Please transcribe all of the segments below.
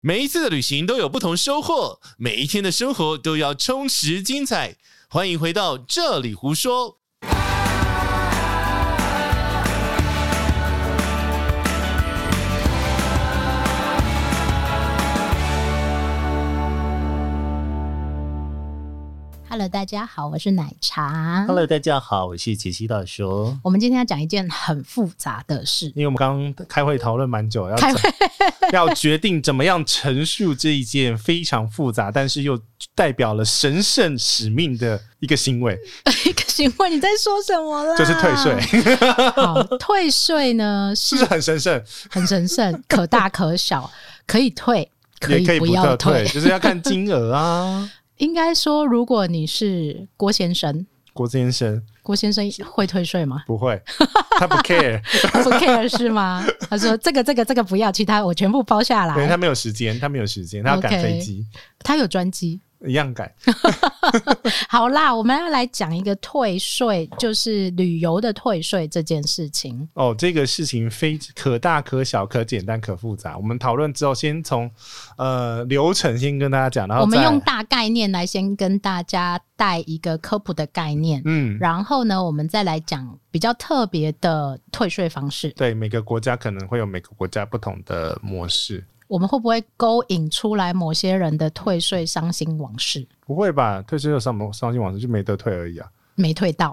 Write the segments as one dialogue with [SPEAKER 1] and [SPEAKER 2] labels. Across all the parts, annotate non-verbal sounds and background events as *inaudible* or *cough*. [SPEAKER 1] 每一次的旅行都有不同收获，每一天的生活都要充实精彩。欢迎回到这里胡说。
[SPEAKER 2] Hello，大家好，我是奶茶。
[SPEAKER 1] Hello，大家好，我是杰西大叔。
[SPEAKER 2] 我们今天要讲一件很复杂
[SPEAKER 1] *laughs*
[SPEAKER 2] 的事，
[SPEAKER 1] 因为我们刚刚开会讨论蛮久，要
[SPEAKER 2] 开
[SPEAKER 1] 怎 *laughs* 要决定怎么样陈述这一件非常复杂，但是又代表了神圣使命的一个行
[SPEAKER 2] *laughs*
[SPEAKER 1] 为，
[SPEAKER 2] 请问你在说什么啦？
[SPEAKER 1] 就是退
[SPEAKER 2] 啊
[SPEAKER 1] 税，
[SPEAKER 2] 好，退税呢
[SPEAKER 1] 是不是
[SPEAKER 2] 是
[SPEAKER 1] 很神圣？
[SPEAKER 2] 很
[SPEAKER 1] *laughs*
[SPEAKER 2] 神圣，可大可小，可以退，可
[SPEAKER 1] 也可以
[SPEAKER 2] 不
[SPEAKER 1] 不
[SPEAKER 2] 要
[SPEAKER 1] 特退，就是要看金额啊。
[SPEAKER 2] 应该说，如果你是郭先生，
[SPEAKER 1] 国资先生
[SPEAKER 2] 郭先生会退税吗？ *laughs*
[SPEAKER 1] 不会，他不 care，
[SPEAKER 2] 不 care 是吗？他说这个这个这个不要，其他我全部包下
[SPEAKER 1] 因为
[SPEAKER 2] 来。
[SPEAKER 1] 他没有时间，他没有时间，他要赶
[SPEAKER 2] OK
[SPEAKER 1] 飞机
[SPEAKER 2] 他有专机，
[SPEAKER 1] 一样赶。
[SPEAKER 2] 好啦，我们要来讲一个退税，就是旅游的退税这件事情。
[SPEAKER 1] 哦，这个事情非可大可小，可简单可复杂。我们讨论之后，先从呃流程先跟大家讲，然后
[SPEAKER 2] 我们
[SPEAKER 1] 再
[SPEAKER 2] 用大概念来先跟大家带一个科普的概念，
[SPEAKER 1] 嗯，
[SPEAKER 2] 然后呢，我们再来讲比较特别的退税方式。
[SPEAKER 1] 对每个国家可能会有每个国家不同的模式。
[SPEAKER 2] 我们会不会勾引出来某些人的退税伤心往事？
[SPEAKER 1] 不会吧？退税又上网上新网就没得退而已啊。
[SPEAKER 2] 没退
[SPEAKER 1] *laughs*
[SPEAKER 2] 到，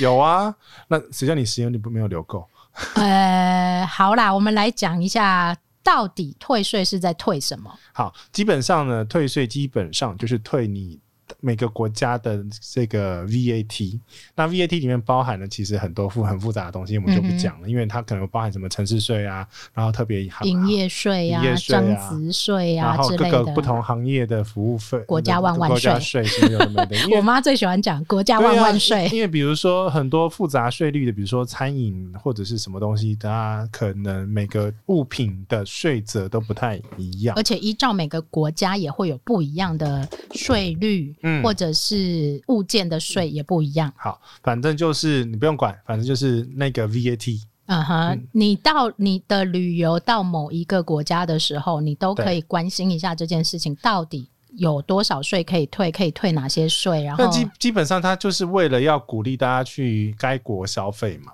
[SPEAKER 1] 有啊，那谁叫你时间你不没有留够？
[SPEAKER 2] 呃，好啦，我们来讲一下到底退税是在退什么？
[SPEAKER 1] 好，基本上呢，退税基本上就是退你每个国家的这个 VAT。那 VAT 里面包含了其实很多复很复杂的东西，我们就不讲了，因为它可能包含什么城市税啊，然后特别行
[SPEAKER 2] 嗯营业税呀、
[SPEAKER 1] 营业税啊
[SPEAKER 2] 增值税呀、
[SPEAKER 1] 然后
[SPEAKER 2] 之
[SPEAKER 1] 各
[SPEAKER 2] 类
[SPEAKER 1] 个
[SPEAKER 2] 的。
[SPEAKER 1] 不同行业的服务费，
[SPEAKER 2] 国家万万
[SPEAKER 1] 国家
[SPEAKER 2] 税
[SPEAKER 1] 税什么有的没的，
[SPEAKER 2] *laughs*
[SPEAKER 1] 因为
[SPEAKER 2] 我妈最喜欢讲国家
[SPEAKER 1] 对
[SPEAKER 2] 万
[SPEAKER 1] 啊
[SPEAKER 2] 万税。
[SPEAKER 1] 因因为比如说很多复杂税率的，比如说餐饮或者是什么东西，它可能每个物品的税则都不太一样
[SPEAKER 2] 而。且依照每个国家也会有不一样的税率，
[SPEAKER 1] 嗯
[SPEAKER 2] 或者是物件的税也不一样。
[SPEAKER 1] 好，反正就是你不用管，反正就是那个 VAT，
[SPEAKER 2] 嗯哼，你到你的旅游到某一个国家的时候，你都可以关心一下这件事情到底。有多少税可以退？可以退哪些税？然后
[SPEAKER 1] 但嗯基基本上它就是为了要鼓励大家去该国消费
[SPEAKER 2] *laughs*
[SPEAKER 1] 嘛，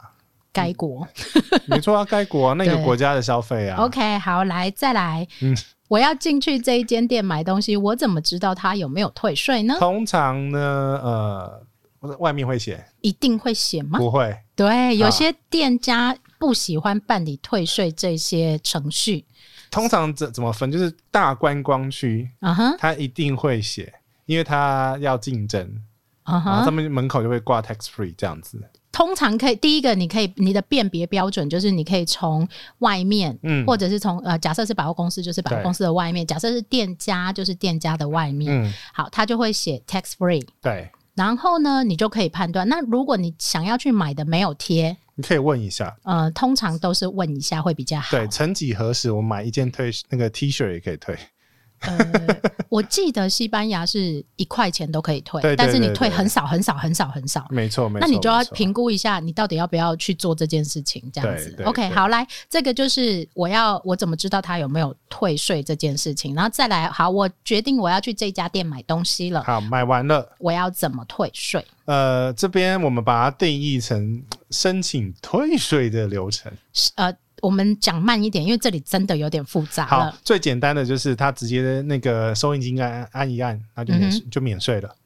[SPEAKER 2] 该国、
[SPEAKER 1] 没错啊，该国、啊、那个
[SPEAKER 2] 对
[SPEAKER 1] 国家的消费啊。
[SPEAKER 2] OK，好，来再来。
[SPEAKER 1] 嗯
[SPEAKER 2] 我要进去这一间店买东西，我怎么知道它有没有退税呢？
[SPEAKER 1] 通常呢，呃，外面会写
[SPEAKER 2] 一定会写吗？
[SPEAKER 1] 不会，
[SPEAKER 2] 对，
[SPEAKER 1] 啊
[SPEAKER 2] 有些店家不喜欢办理退税这些程序。
[SPEAKER 1] 通常怎怎么分？就是大观光区，
[SPEAKER 2] 嗯哼，
[SPEAKER 1] 它一定会写，因为它要竞争，
[SPEAKER 2] 嗯
[SPEAKER 1] 然后他
[SPEAKER 2] 哼，
[SPEAKER 1] 们门口就会挂 tax free 这样子。
[SPEAKER 2] 通常可以第一个，你可以你的辨别标准就是你可以从外面，
[SPEAKER 1] 嗯
[SPEAKER 2] 或者是从呃，假设是百货公司，就是百货
[SPEAKER 1] 对
[SPEAKER 2] 公司的外面；假设是店家，就是店家的外面。
[SPEAKER 1] 嗯，
[SPEAKER 2] 好，它就会写 tax free，
[SPEAKER 1] 对，
[SPEAKER 2] 然后呢，你就可以判断。那如果你想要去买的没有贴，
[SPEAKER 1] 你可以问一下。
[SPEAKER 2] 呃，通常都是问一下会比较好。
[SPEAKER 1] 对，曾几何时，我买一件退那个 T 恤也可以退，
[SPEAKER 2] 呃，我记得西班牙是一块钱都可以退，
[SPEAKER 1] 对对
[SPEAKER 2] 但是你
[SPEAKER 1] 对
[SPEAKER 2] 退
[SPEAKER 1] 对
[SPEAKER 2] 很少很少很少很少。
[SPEAKER 1] 没错没错。
[SPEAKER 2] 那你就要
[SPEAKER 1] 没错
[SPEAKER 2] 评估一下，你到底要不要去做这件事情，这样
[SPEAKER 1] 对
[SPEAKER 2] 子。
[SPEAKER 1] 对
[SPEAKER 2] OK，
[SPEAKER 1] 对
[SPEAKER 2] 好，来，这个就是我要我怎么知道他有没有退税这件事情，然后再来，好，我决定我要去这家店买东西了，
[SPEAKER 1] 好，买完了，
[SPEAKER 2] 我要怎么退税？
[SPEAKER 1] 呃，这边我们把它定义成申请退税的流程。
[SPEAKER 2] 是呃，我们讲慢一点，因为这里真的有点复杂
[SPEAKER 1] 好
[SPEAKER 2] 了。，
[SPEAKER 1] 最简单的就是他直接那个收银机按按一按，那就免、
[SPEAKER 2] 嗯
[SPEAKER 1] 就免税了，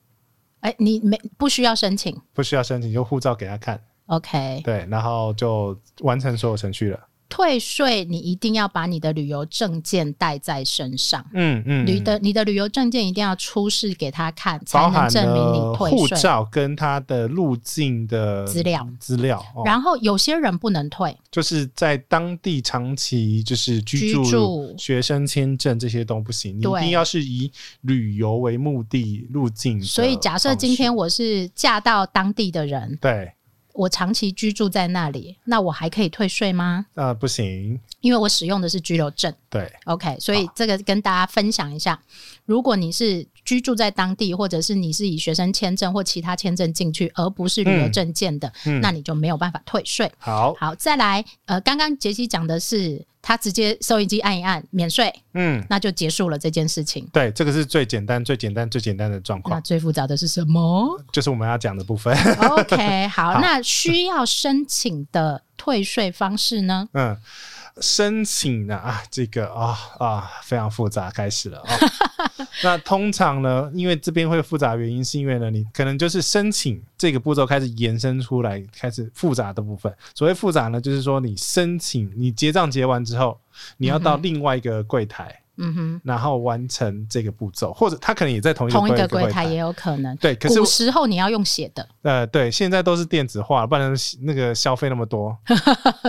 [SPEAKER 2] 哎、你没不需要申请
[SPEAKER 1] 不需要申请，就护照给他看，
[SPEAKER 2] ，OK？
[SPEAKER 1] 对，然后就完成所有程序了。
[SPEAKER 2] 退税你一定要把你的旅游证件带在身上。
[SPEAKER 1] 嗯嗯，
[SPEAKER 2] 你的你的旅游证件一定要出示给他看，才
[SPEAKER 1] 包
[SPEAKER 2] 能
[SPEAKER 1] 含
[SPEAKER 2] 证明
[SPEAKER 1] 了
[SPEAKER 2] 你退
[SPEAKER 1] 护
[SPEAKER 2] 税
[SPEAKER 1] 照跟他的入境的
[SPEAKER 2] 资料。
[SPEAKER 1] 资料，哦、
[SPEAKER 2] 然后有些人不能退，
[SPEAKER 1] 就是在当地长期就是居
[SPEAKER 2] 居
[SPEAKER 1] 住
[SPEAKER 2] 住、
[SPEAKER 1] 学生签证这些都不行，你一
[SPEAKER 2] 对
[SPEAKER 1] 定要是以旅游为目的入境的方式。
[SPEAKER 2] 所以假设今天我是嫁到当地的人，
[SPEAKER 1] 对
[SPEAKER 2] 我长期居住在那里，那我还可以退税吗？
[SPEAKER 1] 呃不行，
[SPEAKER 2] 因为我使用的是居留证。
[SPEAKER 1] 对
[SPEAKER 2] OK，所以这个跟大家分享一下，如果你是居住在当地，或者是你是以学生签证或其他签证进去，而不是旅游
[SPEAKER 1] 嗯
[SPEAKER 2] 证件的，
[SPEAKER 1] 嗯
[SPEAKER 2] 那你就没有办法退税。
[SPEAKER 1] 好
[SPEAKER 2] 好，再来，呃，刚刚杰西讲的是他直接收音机按一按，免税，
[SPEAKER 1] 嗯，
[SPEAKER 2] 那就结束了这件事情。
[SPEAKER 1] 对，这个是最简单、最简单、最简单的状
[SPEAKER 2] 那
[SPEAKER 1] 况，
[SPEAKER 2] 最复杂的是什么
[SPEAKER 1] 就是我们要讲的部分。
[SPEAKER 2] ？OK，
[SPEAKER 1] *laughs*
[SPEAKER 2] 好，
[SPEAKER 1] 好
[SPEAKER 2] 那需要申请的退税方式呢？
[SPEAKER 1] 嗯，申请呢啊，这个啊啊非常复杂，开始
[SPEAKER 2] *laughs*
[SPEAKER 1] 了啊。那通常呢，因为这边会复杂，原因是因为呢，你可能就是申请这个步骤开始延伸出来，开始复杂的部分。所谓复杂呢，就是说你申请，你结账结完之后，你要到另外一个柜台，
[SPEAKER 2] 嗯哼，
[SPEAKER 1] 然后完成这个步骤，或者他可能也在同一个
[SPEAKER 2] 同一个
[SPEAKER 1] 柜
[SPEAKER 2] 柜台也有可能。
[SPEAKER 1] 对，可是
[SPEAKER 2] 古时候你要用写的，
[SPEAKER 1] 呃，对，现在都是电子化，不然那个消费那么多。
[SPEAKER 2] *laughs*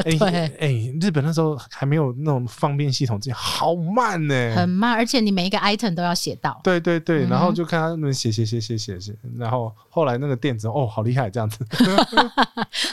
[SPEAKER 1] 哎、
[SPEAKER 2] 对
[SPEAKER 1] 哎、日本那时候还没有那种方便系统，这好慢呢、
[SPEAKER 2] 很慢，而且你每一个 item 都要写到。
[SPEAKER 1] 对对对，然后
[SPEAKER 2] 嗯
[SPEAKER 1] 就看他们写写写写写写，然后后来那个电子哦，好厉害这样子。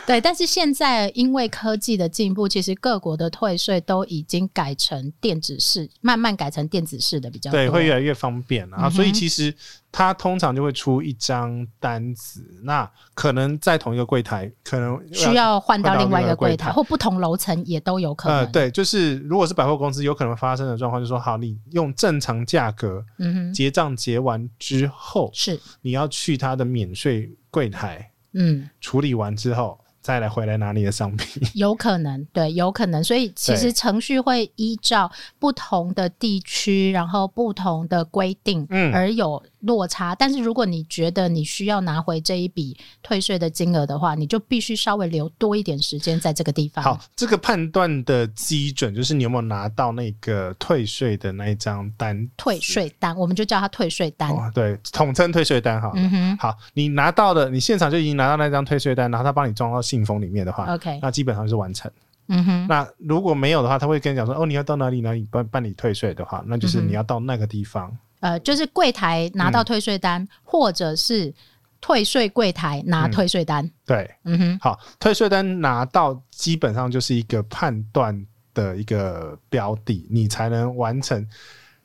[SPEAKER 2] 对，但是现在因为科技的进步，其实各国的退税都已经改成电子式，慢慢改成电子式的比较多。
[SPEAKER 1] 对，会越来越方便啊。
[SPEAKER 2] 嗯哼
[SPEAKER 1] 所以其实他通常就会出一张单子，那可能在同一个柜台，可能
[SPEAKER 2] 需要换到
[SPEAKER 1] 换到
[SPEAKER 2] 另
[SPEAKER 1] 另外
[SPEAKER 2] 外一
[SPEAKER 1] 一
[SPEAKER 2] 个
[SPEAKER 1] 个
[SPEAKER 2] 柜
[SPEAKER 1] 柜
[SPEAKER 2] 台，
[SPEAKER 1] 台
[SPEAKER 2] 或不同楼层也都有可能。
[SPEAKER 1] 呃，，对，就是如果是百货公司，有可能发生的状况，就是说好，你用正常价格
[SPEAKER 2] 嗯哼，
[SPEAKER 1] 结账结完之后，
[SPEAKER 2] 是，
[SPEAKER 1] 你要去他的免税柜台
[SPEAKER 2] 嗯，
[SPEAKER 1] 处理完之后，再来回来拿你的商品。
[SPEAKER 2] 有可能，对，有可能。所以其实
[SPEAKER 1] 对
[SPEAKER 2] 程序会依照不同的地区，然后不同的规定，
[SPEAKER 1] *laughs* 嗯
[SPEAKER 2] 而有落差。但是如果你觉得你需要拿回这一笔退税的金额的话，你就必须稍微留多一点时间在这个地方。
[SPEAKER 1] 好，这个判断的基准就是你有没有拿到那个退税的那一张单。
[SPEAKER 2] 退税单，我们就叫它退税单。
[SPEAKER 1] 哦，对，统称退税单哈。
[SPEAKER 2] 嗯哼
[SPEAKER 1] 好，你拿到的，你现场就已经拿到那张退税单，然后他帮你装到信封里面的话
[SPEAKER 2] ，OK，
[SPEAKER 1] 那基本上就是完成。
[SPEAKER 2] 嗯哼，
[SPEAKER 1] 那如果没有的话，他会跟你讲说，哦，你要到哪里哪里办办理退税的话，那就是
[SPEAKER 2] 嗯哼
[SPEAKER 1] 你要到那个地方。
[SPEAKER 2] 呃，就是柜台拿
[SPEAKER 1] 嗯
[SPEAKER 2] 到退税单，或者是退税柜台
[SPEAKER 1] 嗯
[SPEAKER 2] 拿退税单。
[SPEAKER 1] 对，
[SPEAKER 2] 嗯哼，
[SPEAKER 1] 好，退税单拿到基本上就是一个判断的一个标的，你才能完成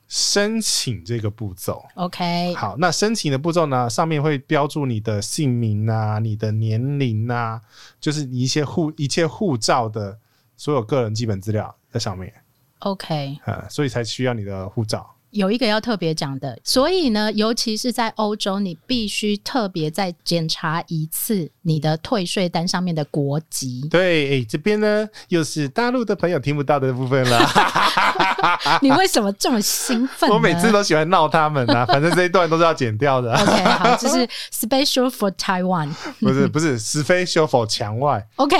[SPEAKER 1] 申请这个步骤。
[SPEAKER 2] OK，
[SPEAKER 1] 好，那申请的步骤呢，上面会标注你的姓名啊、你的年龄啊，就是你一些护一切护照的所有个人基本资料在上面，
[SPEAKER 2] ，OK，
[SPEAKER 1] 呃，所以才需要你的护照。。
[SPEAKER 2] 有一个要特别讲的，所以呢，尤其是在欧洲，你必须特别再检查一次你的退税单上面的国籍
[SPEAKER 1] 对，诶这边呢又是大陆的朋友听不到的部分了。
[SPEAKER 2] 你为什么这么兴奋
[SPEAKER 1] *laughs* 啊
[SPEAKER 2] 呢？
[SPEAKER 1] 我每次都喜欢闹他们啊，反正这一段都是要剪掉的。 *laughs*
[SPEAKER 2] OK，好，就是 special for Taiwan。 *laughs*
[SPEAKER 1] 不是不是，是非修否墙外 *laughs*
[SPEAKER 2] OK，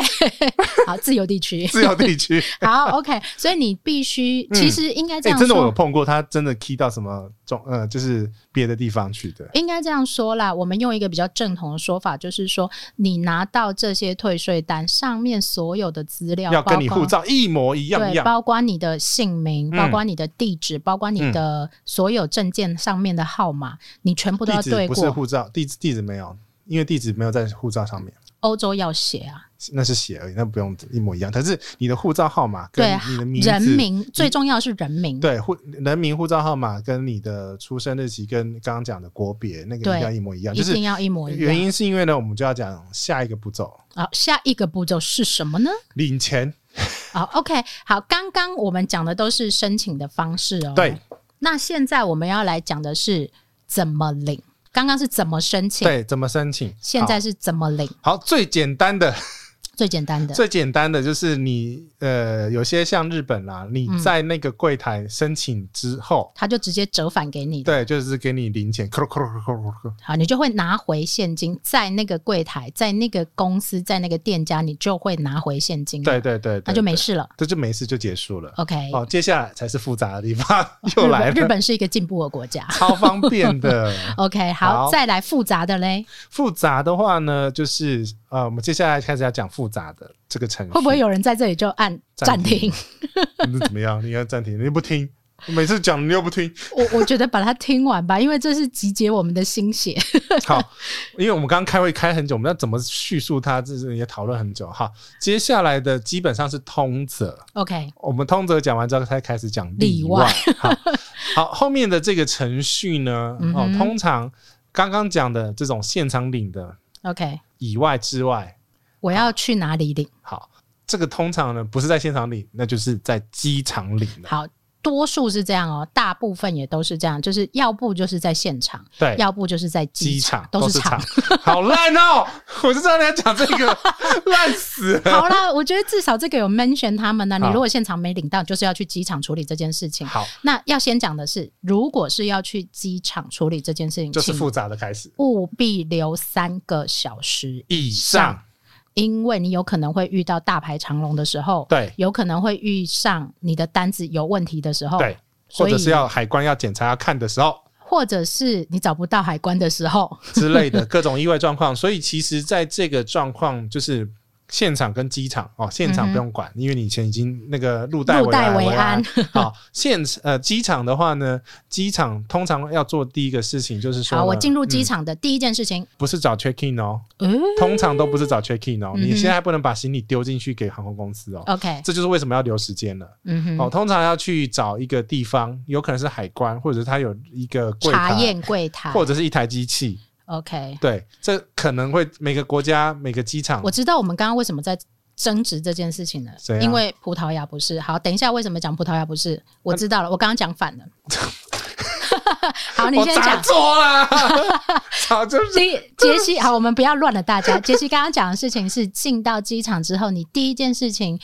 [SPEAKER 2] 好，自由地区。
[SPEAKER 1] 自由地区。
[SPEAKER 2] 好，OK，所以你必须，其实应该 *laughs* 这
[SPEAKER 1] 哎、
[SPEAKER 2] 样
[SPEAKER 1] 真的我
[SPEAKER 2] 说，
[SPEAKER 1] 有碰过，他真的 key 到什么中呃，就是别的地方去的。
[SPEAKER 2] 应该这样说啦。我们用一个比较正统的说法，就是说，你拿到这些退税单上面所有的资料，
[SPEAKER 1] 要跟你
[SPEAKER 2] 包括
[SPEAKER 1] 护照一模一样
[SPEAKER 2] 对，
[SPEAKER 1] 样，
[SPEAKER 2] 包括你的姓名，
[SPEAKER 1] 嗯
[SPEAKER 2] 包括你的地址，包括你的所有证件上面的号码，你全部都要
[SPEAKER 1] 地
[SPEAKER 2] 对
[SPEAKER 1] 址不是
[SPEAKER 2] 过。
[SPEAKER 1] 护照，地址地址没有，因为地址没有在护照上面，
[SPEAKER 2] 欧洲要写啊，
[SPEAKER 1] 那是写而已，那不用一模一样。但是你的护照号码跟
[SPEAKER 2] 对
[SPEAKER 1] 你的名字，
[SPEAKER 2] 人名最重要是人名，
[SPEAKER 1] 对护人名、护照号码跟你的出生日期跟刚刚讲的国别那个
[SPEAKER 2] 对
[SPEAKER 1] 一定要一模一样，
[SPEAKER 2] 一
[SPEAKER 1] 啊就是
[SPEAKER 2] 定。要一模一
[SPEAKER 1] 原
[SPEAKER 2] 样。
[SPEAKER 1] 因是因为呢，我们就要讲下一个步骤，
[SPEAKER 2] 好，下一个步骤是什么呢？
[SPEAKER 1] 领钱。
[SPEAKER 2] 好，OK，好，刚刚我们讲的都是申请的方式哦。
[SPEAKER 1] 对，
[SPEAKER 2] 那现在我们要来讲的是怎么领。刚刚是怎么申请，
[SPEAKER 1] 对，怎么申请？
[SPEAKER 2] 现在是怎么领，
[SPEAKER 1] 好，最简单的，
[SPEAKER 2] 最简单的。
[SPEAKER 1] 最简单的就是你呃，有些像日本啦，你在那个柜台申请之后，
[SPEAKER 2] 他就直接折返给你了，
[SPEAKER 1] 对，就是给你零钱，扣扣扣扣扣扣，
[SPEAKER 2] 好，你就会拿回现金，在那个柜台，在那个公司，在那个店家，你就会拿回现金，
[SPEAKER 1] 对，对对，对
[SPEAKER 2] 那就没
[SPEAKER 1] 对
[SPEAKER 2] 事了。
[SPEAKER 1] 这就没事就结束了。
[SPEAKER 2] OK，
[SPEAKER 1] 哦，接下来才是复杂的地方，
[SPEAKER 2] 日
[SPEAKER 1] 又来
[SPEAKER 2] 本日
[SPEAKER 1] 了，
[SPEAKER 2] 本是一个进步的国家。
[SPEAKER 1] 超方便的。
[SPEAKER 2] OK，好，
[SPEAKER 1] 好
[SPEAKER 2] 再来复杂的嘞，
[SPEAKER 1] 复杂的话呢，就是呃，我们接下来开始要讲复杂的这个程序，
[SPEAKER 2] 会不会有人在这里就按暂
[SPEAKER 1] 暂
[SPEAKER 2] 停
[SPEAKER 1] *laughs* 停？你怎么样？你要暂停，你又不听，每次讲你又不听。
[SPEAKER 2] 我我觉得把它听完吧，因为这是集结我们的心血。
[SPEAKER 1] *laughs* 好，因为我们刚刚开会开很久，我们要怎么叙述它，这是也讨论很久哈。接下来的基本上是通则，
[SPEAKER 2] OK，
[SPEAKER 1] 我们通则讲完之后才开始讲例
[SPEAKER 2] 例
[SPEAKER 1] 外
[SPEAKER 2] 外。
[SPEAKER 1] 好， *laughs* 好，后面的这个程序呢，
[SPEAKER 2] 嗯
[SPEAKER 1] 哦
[SPEAKER 2] 哼，
[SPEAKER 1] 通常刚刚讲的这种现场领的
[SPEAKER 2] OK，
[SPEAKER 1] 以外之外，
[SPEAKER 2] 我要去哪里领？
[SPEAKER 1] 好，这个通常呢不是在现场领，那就是在机场领的。
[SPEAKER 2] 好，多数是这样哦，大部分也都是这样，就是要不就是在现场，
[SPEAKER 1] 对，
[SPEAKER 2] 要不就是在
[SPEAKER 1] 机
[SPEAKER 2] 场，
[SPEAKER 1] 都
[SPEAKER 2] 是
[SPEAKER 1] 场， *laughs* 好烂哦！我就知道你要讲这
[SPEAKER 2] *laughs*
[SPEAKER 1] 个，烂死 *laughs* 了。
[SPEAKER 2] 好啦，我觉得至少这个有 mention 他们呢、啊
[SPEAKER 1] 好
[SPEAKER 2] 你如果现场没领到，就是要去机场处理这件事情。
[SPEAKER 1] 好，
[SPEAKER 2] 那要先讲的是，如果是要去机场处理这件事情，
[SPEAKER 1] 就是
[SPEAKER 2] 请
[SPEAKER 1] 复杂的开始，
[SPEAKER 2] 务必留三个小时
[SPEAKER 1] 以
[SPEAKER 2] 上
[SPEAKER 1] 上，
[SPEAKER 2] 因为你有可能会遇到大排长龙的时候，
[SPEAKER 1] 对
[SPEAKER 2] 有可能会遇上你的单子有问题的时候，
[SPEAKER 1] 对，
[SPEAKER 2] 哦所
[SPEAKER 1] 或
[SPEAKER 2] 以
[SPEAKER 1] 者是要海关要检查要看的时
[SPEAKER 2] *laughs*
[SPEAKER 1] 候，
[SPEAKER 2] 或者是你找不到海关的时候，
[SPEAKER 1] 之类的各种意外状况。所以其实在这个状况就是。现场跟机场哦，现
[SPEAKER 2] 嗯
[SPEAKER 1] 场不用管，因为你以前已经那个入袋
[SPEAKER 2] 入袋
[SPEAKER 1] 安
[SPEAKER 2] 为
[SPEAKER 1] 为
[SPEAKER 2] 安。
[SPEAKER 1] 好、现呃机场的话呢，机场通常要做第一个事情就是说呢，
[SPEAKER 2] 好，我进入机
[SPEAKER 1] 嗯
[SPEAKER 2] 场的第一件事情，
[SPEAKER 1] 不是找 check in 哦，
[SPEAKER 2] 嗯
[SPEAKER 1] 通常都不是找 check in 哦，
[SPEAKER 2] 嗯
[SPEAKER 1] 你现在还不能把行李丢进去给航空公司哦，
[SPEAKER 2] ，OK，
[SPEAKER 1] 这就是为什么要留时间了。
[SPEAKER 2] 嗯哼，
[SPEAKER 1] 哦，通常要去找一个地方，有可能是海关，或者是它有一个柜
[SPEAKER 2] 查
[SPEAKER 1] 台，
[SPEAKER 2] 验柜台
[SPEAKER 1] 或者是一台机器。
[SPEAKER 2] ，OK，
[SPEAKER 1] 对，这可能会每个国家每个机场
[SPEAKER 2] 我知道我们刚刚为什么在争执这件事情了
[SPEAKER 1] 怎，样
[SPEAKER 2] 因为葡萄牙不是。好，等一下为什么讲葡萄牙不是？我知道了，我刚刚讲反
[SPEAKER 1] *laughs*
[SPEAKER 2] 了。好，你
[SPEAKER 1] 我
[SPEAKER 2] 先
[SPEAKER 1] 砸
[SPEAKER 2] 讲。
[SPEAKER 1] 错
[SPEAKER 2] *laughs*
[SPEAKER 1] 啦，早就是
[SPEAKER 2] 杰杰西，好，我们不要乱了大家。杰西刚刚讲的事情是，进到机场之后，你第一件事情，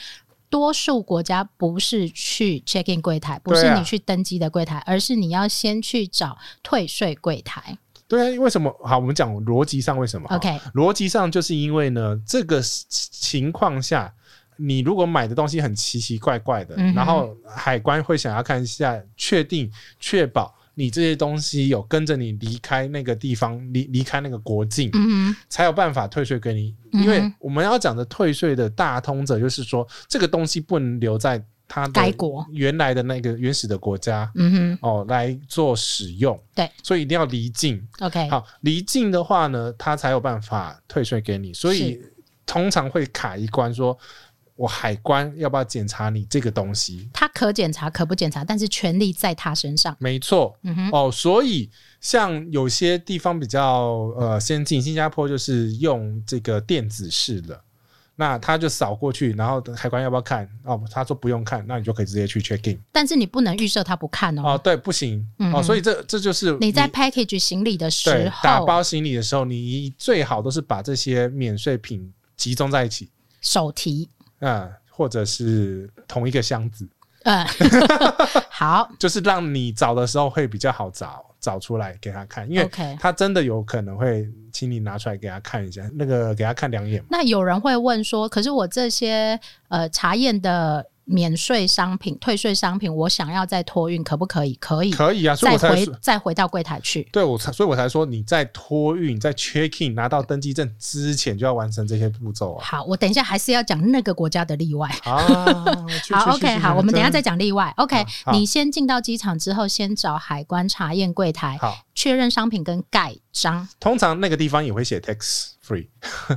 [SPEAKER 2] 多数国家不是去 check in 柜台，不
[SPEAKER 1] 对
[SPEAKER 2] 是
[SPEAKER 1] 啊
[SPEAKER 2] 你去登机的柜台，而是你要先去找退税柜台。
[SPEAKER 1] 对啊，为什么？好，我们讲逻辑上为什么
[SPEAKER 2] OK，
[SPEAKER 1] 逻辑上就是因为呢，这个情况下，你如果买的东西很奇奇怪怪的，
[SPEAKER 2] 嗯哼
[SPEAKER 1] 然后海关会想要看一下，确定确保你这些东西有跟着你离开那个地方，离离开那个国境，
[SPEAKER 2] 嗯哼，
[SPEAKER 1] 才有办法退税给你。
[SPEAKER 2] 嗯哼
[SPEAKER 1] 因为我们要讲的退税的大通则就是说，这个东西不能留在它的
[SPEAKER 2] 该国
[SPEAKER 1] 原来的那个原始的国家。
[SPEAKER 2] 嗯
[SPEAKER 1] 哦，来做使用，
[SPEAKER 2] 对，
[SPEAKER 1] 所以一定要离境，
[SPEAKER 2] 哼，OK，
[SPEAKER 1] 好，离境的话呢，他才有办法退税给你，所以通常会卡一关说。我海关要不要检查你这个东西？
[SPEAKER 2] 他可检查可不检查，但是权利在他身上。
[SPEAKER 1] 没错，
[SPEAKER 2] 嗯哼，
[SPEAKER 1] 哦，所以像有些地方比较呃先进，新加坡就是用这个电子式的，那他就扫过去，然后海关要不要看？哦，他说不用看，那你就可以直接去 check in。
[SPEAKER 2] 但是你不能预设他不看哦。
[SPEAKER 1] 哦，对，不行，
[SPEAKER 2] 嗯
[SPEAKER 1] 哦，
[SPEAKER 2] 哼
[SPEAKER 1] 所以这这就是
[SPEAKER 2] 你在 package 行李的时
[SPEAKER 1] 对打
[SPEAKER 2] 候，
[SPEAKER 1] 包行李的时候，你最好都是把这些免税品集中在一起，
[SPEAKER 2] 手提，
[SPEAKER 1] 嗯，或者是同一个箱子， *laughs*
[SPEAKER 2] 嗯，好
[SPEAKER 1] 就是让你找的时候会比较好找找出来给他看，因为
[SPEAKER 2] ，OK。
[SPEAKER 1] 他真的有可能会请你拿出来给他看一下，那个给他看两眼嘛。
[SPEAKER 2] 那有人会问说，可是我这些呃查验的免税商品、退税商品，我想要再托运，可不可以？可以，
[SPEAKER 1] 可以啊，所以
[SPEAKER 2] 再
[SPEAKER 1] 我才
[SPEAKER 2] 回
[SPEAKER 1] 说
[SPEAKER 2] 再回到柜台去。
[SPEAKER 1] 对我才，所以我才说你在托运、在 check in 拿到登记证之前就要完成这些步骤啊。
[SPEAKER 2] 好，我等一下还是要讲那个国家的例外。
[SPEAKER 1] 啊，去
[SPEAKER 2] 好
[SPEAKER 1] 去去
[SPEAKER 2] ，OK，
[SPEAKER 1] 去
[SPEAKER 2] 好，我们等一下再
[SPEAKER 1] 真
[SPEAKER 2] 讲例外。OK，
[SPEAKER 1] 好
[SPEAKER 2] 你先进到机场之后，先找海关查验柜台
[SPEAKER 1] 好。
[SPEAKER 2] 确认商品跟盖章。
[SPEAKER 1] 通常那个地方也会写 tax free，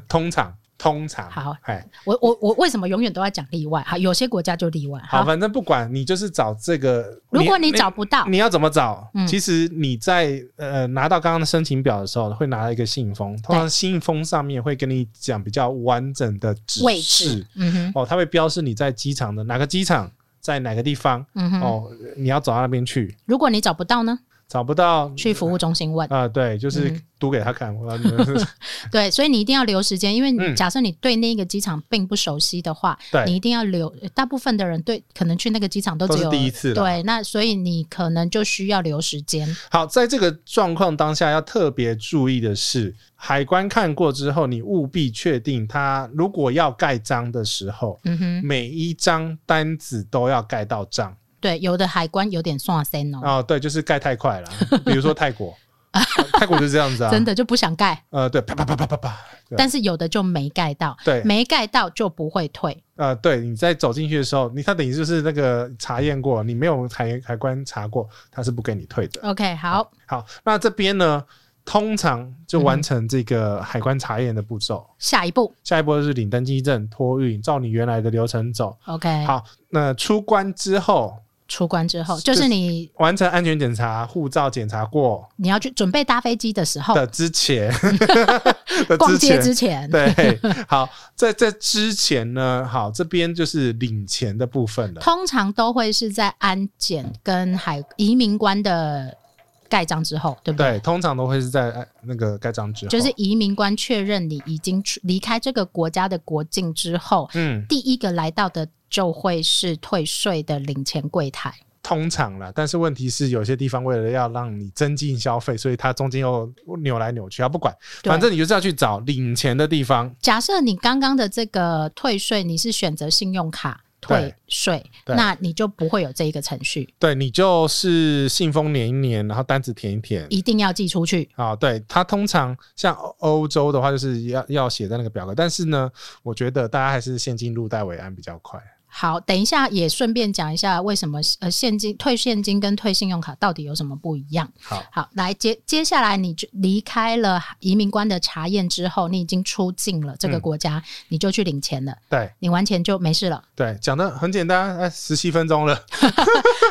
[SPEAKER 1] 通 *laughs* 常通常
[SPEAKER 2] 好
[SPEAKER 1] 哎，
[SPEAKER 2] 我我我为什么永远都要讲例外？好，有些国家就例外。
[SPEAKER 1] 好，
[SPEAKER 2] 好，
[SPEAKER 1] 反正不管你就是找这个，
[SPEAKER 2] 如果你找不到，
[SPEAKER 1] 你要怎么找？
[SPEAKER 2] 嗯
[SPEAKER 1] 其实你在呃拿到刚刚的申请表的时候，会拿到一个信封，通常信封上面会跟你讲比较完整的指
[SPEAKER 2] 位
[SPEAKER 1] 示
[SPEAKER 2] 置，嗯哼，
[SPEAKER 1] 哦，它会标示你在机场的哪个机场，在哪个地方、
[SPEAKER 2] 嗯哼。
[SPEAKER 1] 哦，你要走到那边去，
[SPEAKER 2] 如果你找不到呢，
[SPEAKER 1] 找不到
[SPEAKER 2] 去服务中心问。
[SPEAKER 1] 啊、对，就是
[SPEAKER 2] 嗯
[SPEAKER 1] 读给他看，
[SPEAKER 2] *laughs*
[SPEAKER 1] 我
[SPEAKER 2] 对，所以你一定要留时间，因为
[SPEAKER 1] 嗯
[SPEAKER 2] 你假设你对那个机场并不熟悉的话，
[SPEAKER 1] 对
[SPEAKER 2] 你一定要留。呃大部分的人对可能去那个机场都
[SPEAKER 1] 都
[SPEAKER 2] 只
[SPEAKER 1] 是
[SPEAKER 2] 有
[SPEAKER 1] 第一次啦
[SPEAKER 2] 对，那所以你可能就需要留时间。
[SPEAKER 1] 好，在这个状况当下，要特别注意的是，海关看过之后，你务必确定他如果要盖章的时候，
[SPEAKER 2] 嗯哼，
[SPEAKER 1] 每一张单子都要盖到章。
[SPEAKER 2] 对，有的海关有点算森哦，
[SPEAKER 1] 哦，对，就是盖太快了，比如说泰
[SPEAKER 2] *laughs*
[SPEAKER 1] 国，呃泰国就是这样子啊，
[SPEAKER 2] 真
[SPEAKER 1] 的，
[SPEAKER 2] 的就不想盖，
[SPEAKER 1] 呃，对，啪啪啪啪啪啪，对
[SPEAKER 2] 但是有的就没盖到，
[SPEAKER 1] 对，
[SPEAKER 2] 没盖到就不会退。
[SPEAKER 1] 呃，对，你在走进去的时候，你他等于就是那个查验过，你没有海海关查过，他是不给你退的。
[SPEAKER 2] OK，好，
[SPEAKER 1] 好，那这边呢，通常就完成这个海关查验的步骤。
[SPEAKER 2] 下一步
[SPEAKER 1] 下一波是领
[SPEAKER 2] 哎
[SPEAKER 1] 登机证、托运，照你原来的流程走。
[SPEAKER 2] OK，
[SPEAKER 1] 好，那出关之后，
[SPEAKER 2] 出关之后，
[SPEAKER 1] 就
[SPEAKER 2] 就是是你
[SPEAKER 1] 完成安全检查、护照检查过
[SPEAKER 2] 你要去准备搭飞机的时候，
[SPEAKER 1] 的之
[SPEAKER 2] *laughs*
[SPEAKER 1] 前的
[SPEAKER 2] 逛
[SPEAKER 1] 之
[SPEAKER 2] 街
[SPEAKER 1] 前
[SPEAKER 2] 之，前，
[SPEAKER 1] 对，好，在在之前呢，好，这边就是领钱的部分了。
[SPEAKER 2] 通常都会是在安检跟海移民官的盖章之后，对不
[SPEAKER 1] 对，通常都会是在哎那个盖章之后，
[SPEAKER 2] 就是移民官确认你已经出离开这个国家的国境之后，
[SPEAKER 1] 嗯，
[SPEAKER 2] 第一个来到的就会是退税的领钱柜台。
[SPEAKER 1] 通常啦，但是问题是，有些地方为了要让你增进消费，所以它中间又扭来扭去啊，不管，
[SPEAKER 2] 对
[SPEAKER 1] 反正你就是要去找领钱的地方。
[SPEAKER 2] 假设你刚刚的这个退税，你是选择信用卡退
[SPEAKER 1] 对
[SPEAKER 2] 税，
[SPEAKER 1] 对
[SPEAKER 2] 那你就不会有这一个程序，
[SPEAKER 1] 对你就是信封粘一粘，然后单子填一填。
[SPEAKER 2] 一定要寄出去。
[SPEAKER 1] 啊，对，它通常像欧欧洲的话，就是要要写在那个表格，但是呢，我觉得大家还是现金入袋为安比较快。
[SPEAKER 2] 好，等一下也顺便讲一下为什么呃现金退现金跟退信用卡到底有什么不一样。
[SPEAKER 1] 好，
[SPEAKER 2] 好，来接接下来你就离开了移民官的查验之后，你已经出境了这个
[SPEAKER 1] 嗯
[SPEAKER 2] 国家，你就去领钱了，
[SPEAKER 1] 对
[SPEAKER 2] 领完钱就没事了。
[SPEAKER 1] 对，讲的很简单，哎，十七分钟了，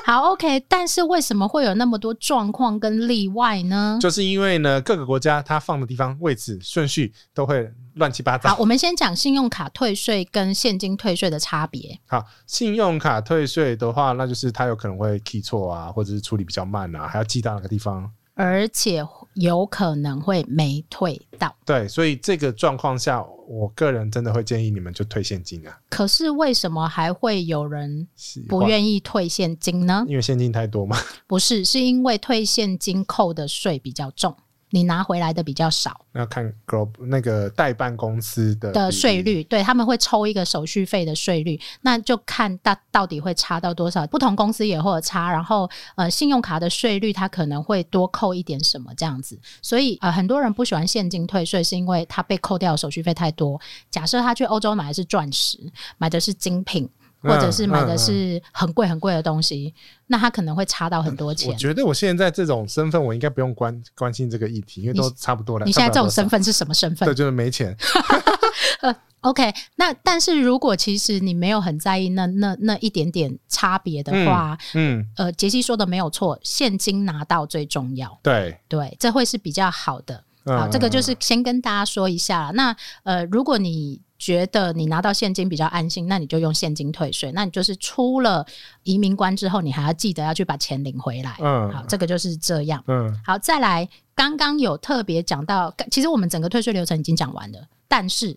[SPEAKER 2] 好，OK，但是为什么会有那么多状况跟例外呢？
[SPEAKER 1] 就是因为呢，各个国家它放的地方、位置、顺序都会乱七八糟
[SPEAKER 2] 好，。我们先讲信用卡退税跟现金退税的差别。
[SPEAKER 1] 好，信用卡退税的话，那就是它有可能会 key 错啊，或者是处理比较慢啊，还要寄到哪个地方？
[SPEAKER 2] 而且有可能会没退到。
[SPEAKER 1] 对，所以这个状况下，我个人真的会建议你们就退现金啊，
[SPEAKER 2] 可是为什么还会有人
[SPEAKER 1] 喜
[SPEAKER 2] 不
[SPEAKER 1] 欢，
[SPEAKER 2] 愿意退现金呢？
[SPEAKER 1] 因为现金太多嘛。
[SPEAKER 2] 不是，是因为退现金扣的税比较重，你拿回来的比较少
[SPEAKER 1] 那看 Globe 那个代办公司的
[SPEAKER 2] 的
[SPEAKER 1] 比例
[SPEAKER 2] 税，率，对他们会抽一个手续费的税率，那就看到到底会差到多少。不同公司也会有差，然后呃，信用卡的税率它可能会多扣一点什么这样子，所以呃，很多人不喜欢现金退税，是因为他被扣掉的手续费太多。假设他去欧洲买的是钻石，买的是精品。
[SPEAKER 1] 嗯
[SPEAKER 2] 或者是买的是很贵很贵的东西，那他可能会差到很多钱
[SPEAKER 1] 我。觉得我现在这种身份，我应该不用关关心这个议题，因为都差不多了。
[SPEAKER 2] 你现在这种身
[SPEAKER 1] 份，
[SPEAKER 2] 份是什么身份
[SPEAKER 1] 对，就是没钱。
[SPEAKER 2] ？OK，那但是如果其实你没有很在意那那那一点点差别的话，
[SPEAKER 1] 嗯，
[SPEAKER 2] 呃，杰西说的没有错，现金拿到最重要，
[SPEAKER 1] 对，
[SPEAKER 2] 对，这会是比较好的。好，
[SPEAKER 1] 嗯
[SPEAKER 2] 这个就是先跟大家说一下。那呃，如果你觉得你拿到现金比较安心，那你就用现金退税。那你就是出了移民关之后，你还要记得要去把钱领回来。
[SPEAKER 1] 嗯
[SPEAKER 2] 好，这个就是这样。
[SPEAKER 1] 嗯，
[SPEAKER 2] 好，再来，刚刚有特别讲到，其实我们整个退税流程已经讲完了，
[SPEAKER 1] *laughs*
[SPEAKER 2] 但是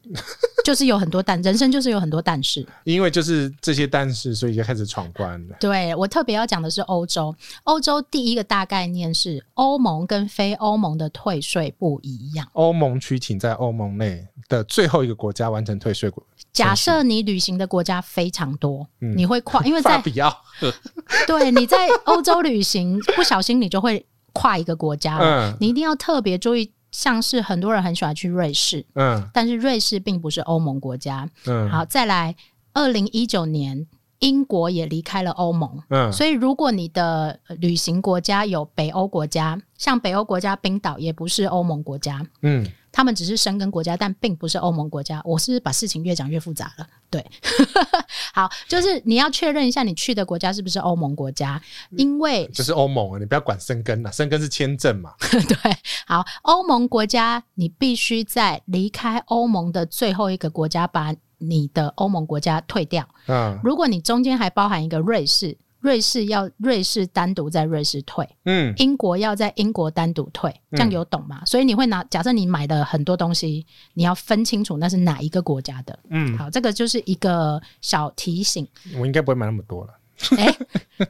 [SPEAKER 2] 就是有很多但，人生就是有很多但是。
[SPEAKER 1] 因为就是这些单事，所以就开始闯关了。
[SPEAKER 2] 对我特别要讲的是欧洲，欧洲第一个大概念是欧盟跟非欧盟的退税不一样。
[SPEAKER 1] 欧盟区请在欧盟内的最后一个国家完成退税国，
[SPEAKER 2] 假设你旅行的国家非常多，
[SPEAKER 1] 嗯
[SPEAKER 2] 你会跨，
[SPEAKER 1] *laughs*
[SPEAKER 2] 因为
[SPEAKER 1] 法
[SPEAKER 2] 在
[SPEAKER 1] 比奥，
[SPEAKER 2] 对你在欧洲旅行，不小心你就会跨一个国家了，
[SPEAKER 1] 嗯
[SPEAKER 2] 你一定要特别注意。像是很多人很喜欢去瑞士，
[SPEAKER 1] 嗯
[SPEAKER 2] 但是瑞士并不是欧盟国家，
[SPEAKER 1] 嗯，
[SPEAKER 2] 好，再来，二零一九年英国也离开了欧盟，
[SPEAKER 1] 嗯，
[SPEAKER 2] 所以如果你的呃旅行国家有北欧国家，像北欧国家冰岛也不是欧盟国家，
[SPEAKER 1] 嗯，
[SPEAKER 2] 他们只是申根国家，但并不是欧盟国家。我是不是把事情越讲越复杂了，对， *laughs* 好，就是你要确认一下你去的国家是不是欧盟国家，
[SPEAKER 1] 嗯
[SPEAKER 2] 因为 *laughs*
[SPEAKER 1] 就是欧盟，你不要管生根了，生根是签证嘛。
[SPEAKER 2] 对，好，欧盟国家你必须在离开欧盟的最后一个国家把你的欧盟国家退掉。
[SPEAKER 1] 嗯
[SPEAKER 2] 如果你中间还包含一个瑞士，瑞士要瑞士单独在瑞士退，
[SPEAKER 1] 嗯
[SPEAKER 2] 英国要在英国单独退，这样
[SPEAKER 1] 嗯
[SPEAKER 2] 有懂吗？所以你会拿，假设你买了很多东西，你要分清楚那是哪一个国家的。
[SPEAKER 1] 嗯，
[SPEAKER 2] 好，这个就是一个小
[SPEAKER 1] *laughs*
[SPEAKER 2] 提醒。
[SPEAKER 1] 我应该不会买那么多了，
[SPEAKER 2] 哎、 *laughs*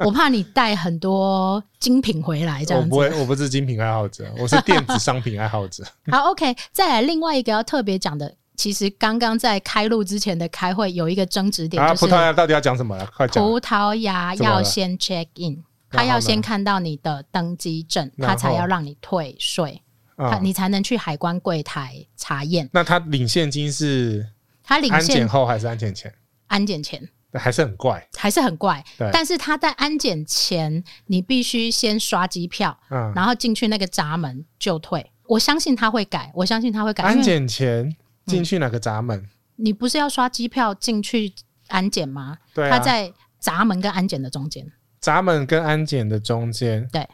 [SPEAKER 2] 我怕你带很多精品回来这
[SPEAKER 1] 我哦
[SPEAKER 2] 样
[SPEAKER 1] 不
[SPEAKER 2] 子。
[SPEAKER 1] 会，我不是精品爱好
[SPEAKER 2] *laughs*
[SPEAKER 1] 者，我是电子商品爱好者。
[SPEAKER 2] 好，OK，再来另外一个要特别讲的，其实刚刚在开录之前的开会有一个争执点，
[SPEAKER 1] 啊，
[SPEAKER 2] 就是
[SPEAKER 1] 葡萄牙到底要讲什么了？快讲。
[SPEAKER 2] 葡萄牙
[SPEAKER 1] 怎么
[SPEAKER 2] 要
[SPEAKER 1] 了
[SPEAKER 2] 先 check in，
[SPEAKER 1] 然
[SPEAKER 2] 他
[SPEAKER 1] 后
[SPEAKER 2] 要
[SPEAKER 1] 呢
[SPEAKER 2] 先看到你的登机证，
[SPEAKER 1] 然
[SPEAKER 2] 他
[SPEAKER 1] 后
[SPEAKER 2] 才要让你退税，他
[SPEAKER 1] 啊，
[SPEAKER 2] 你才能去海关柜台查验。
[SPEAKER 1] 那他领现金是
[SPEAKER 2] 他领
[SPEAKER 1] 安检
[SPEAKER 2] 现
[SPEAKER 1] 后还是安检前？
[SPEAKER 2] 安检前
[SPEAKER 1] 还是很怪。
[SPEAKER 2] 还是很怪
[SPEAKER 1] 对，
[SPEAKER 2] 但是他在安检前，你必须先刷机票，
[SPEAKER 1] 嗯，
[SPEAKER 2] 然后进去那个闸门就退。我相信他会改，我相信他会改，
[SPEAKER 1] 安
[SPEAKER 2] 因为嗯
[SPEAKER 1] 检前进去哪个闸门？
[SPEAKER 2] 你不是要刷机票进去安检吗？
[SPEAKER 1] 对啊，
[SPEAKER 2] 他在闸门跟安检的中间。
[SPEAKER 1] 闸门跟安检的中间，
[SPEAKER 2] 对，